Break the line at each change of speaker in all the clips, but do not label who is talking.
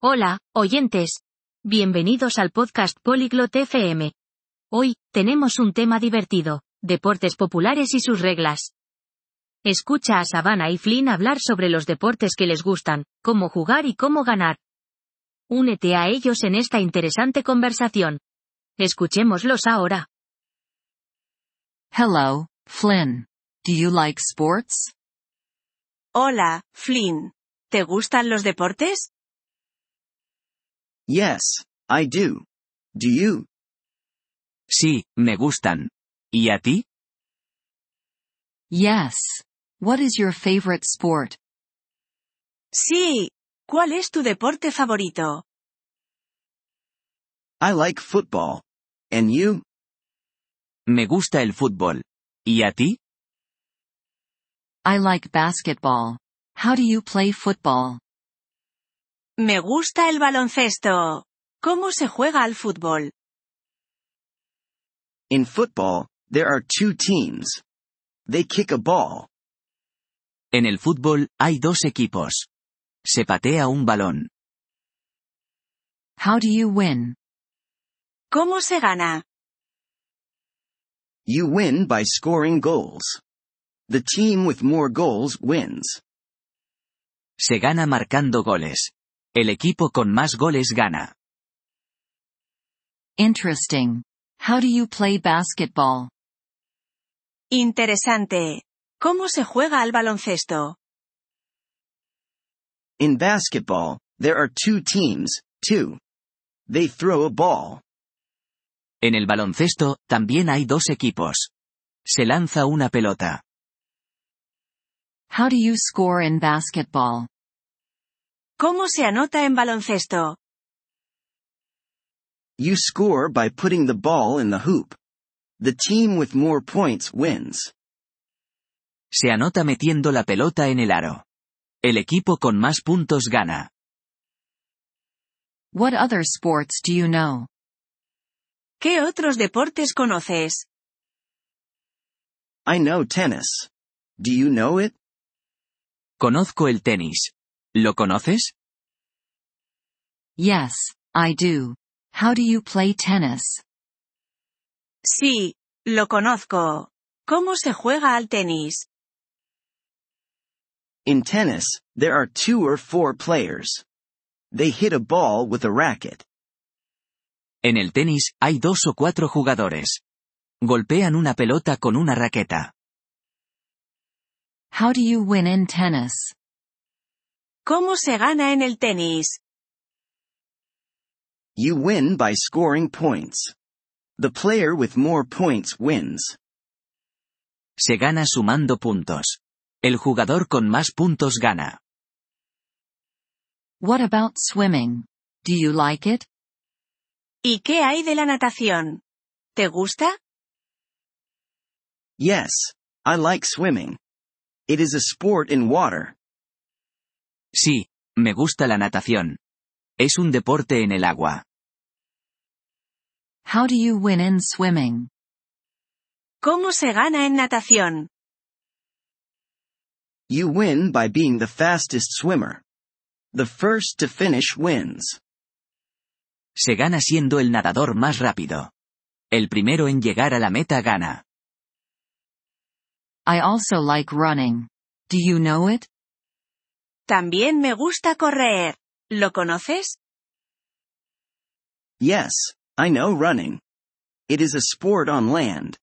Hola, oyentes. Bienvenidos al podcast Polyglot FM. Hoy, tenemos un tema divertido, deportes populares y sus reglas. Escucha a Savannah y Flynn hablar sobre los deportes que les gustan, cómo jugar y cómo ganar. Únete a ellos en esta interesante conversación. Escuchémoslos ahora.
Hello, Flynn. Do you like sports?
Hola, Flynn. ¿Te gustan los deportes?
Yes, I do. Do you?
Sí, me gustan. ¿Y a ti?
Yes. What is your favorite sport?
Sí. ¿Cuál es tu deporte favorito?
I like football. And you?
Me gusta el fútbol. ¿Y a ti?
I like basketball. How do you play football?
Me gusta el baloncesto. ¿Cómo se juega al fútbol?
In football, there are two teams. They kick a ball.
En el fútbol, hay dos equipos. Se patea un balón.
How do you win?
¿Cómo se gana?
You win by scoring goals. The team with more goals wins.
Se gana marcando goles. El equipo con más goles gana.
Interesting. How do you play basketball?
Interesante. ¿Cómo se juega al baloncesto?
In basketball, there are two teams, two. They throw a ball.
En el baloncesto, también hay dos equipos. Se lanza una pelota.
How do you score in basketball?
¿Cómo se anota en baloncesto?
You score by putting the ball in the hoop. The team with more points wins.
Se anota metiendo la pelota en el aro. El equipo con más puntos gana.
What other sports do you know?
¿Qué otros deportes conoces?
I know tennis. Do you know it?
Conozco el tenis. ¿Lo conoces?
Yes, I do. How do you play tennis?
Sí, lo conozco. ¿Cómo se juega al tenis?
In tennis, there are two or four players. They hit a ball with a racket.
En el tenis, hay dos o cuatro jugadores. Golpean una pelota con una raqueta.
How do you win in tennis?
¿Cómo se gana en el tenis?
You win by scoring points. The player with more points wins.
Se gana sumando puntos. El jugador con más puntos gana.
What about swimming? Do you like it?
¿Y qué hay de la natación? ¿Te gusta?
Yes, I like swimming. It is a sport in water.
Sí, me gusta la natación. Es un deporte en el agua.
How do you win in swimming?
¿Cómo se gana en natación?
You win by being the fastest swimmer. The first to finish wins.
Se gana siendo el nadador más rápido. El primero en llegar a la meta gana.
I also like running. Do you know it?
También me gusta correr. ¿Lo conoces?
Yes, I know running. It is a sport on land.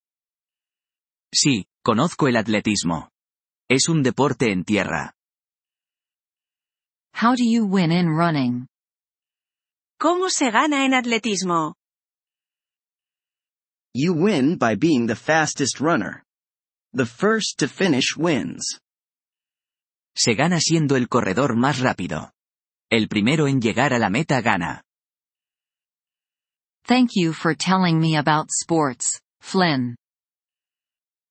Sí, conozco el atletismo. Es un deporte en tierra.
How do you win in running?
¿Cómo se gana en atletismo?
You win by being the fastest runner. The first to finish wins.
Se gana siendo el corredor más rápido. El primero en llegar a la meta gana.
Thank you for telling me about sports, Flynn.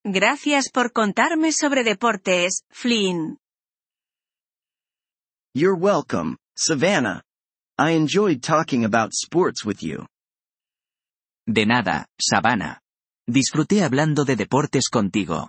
Gracias por contarme sobre deportes, Flynn.
You're welcome, Savannah. I enjoyed talking about sports with you.
De nada, Sabana. Disfruté hablando de deportes contigo.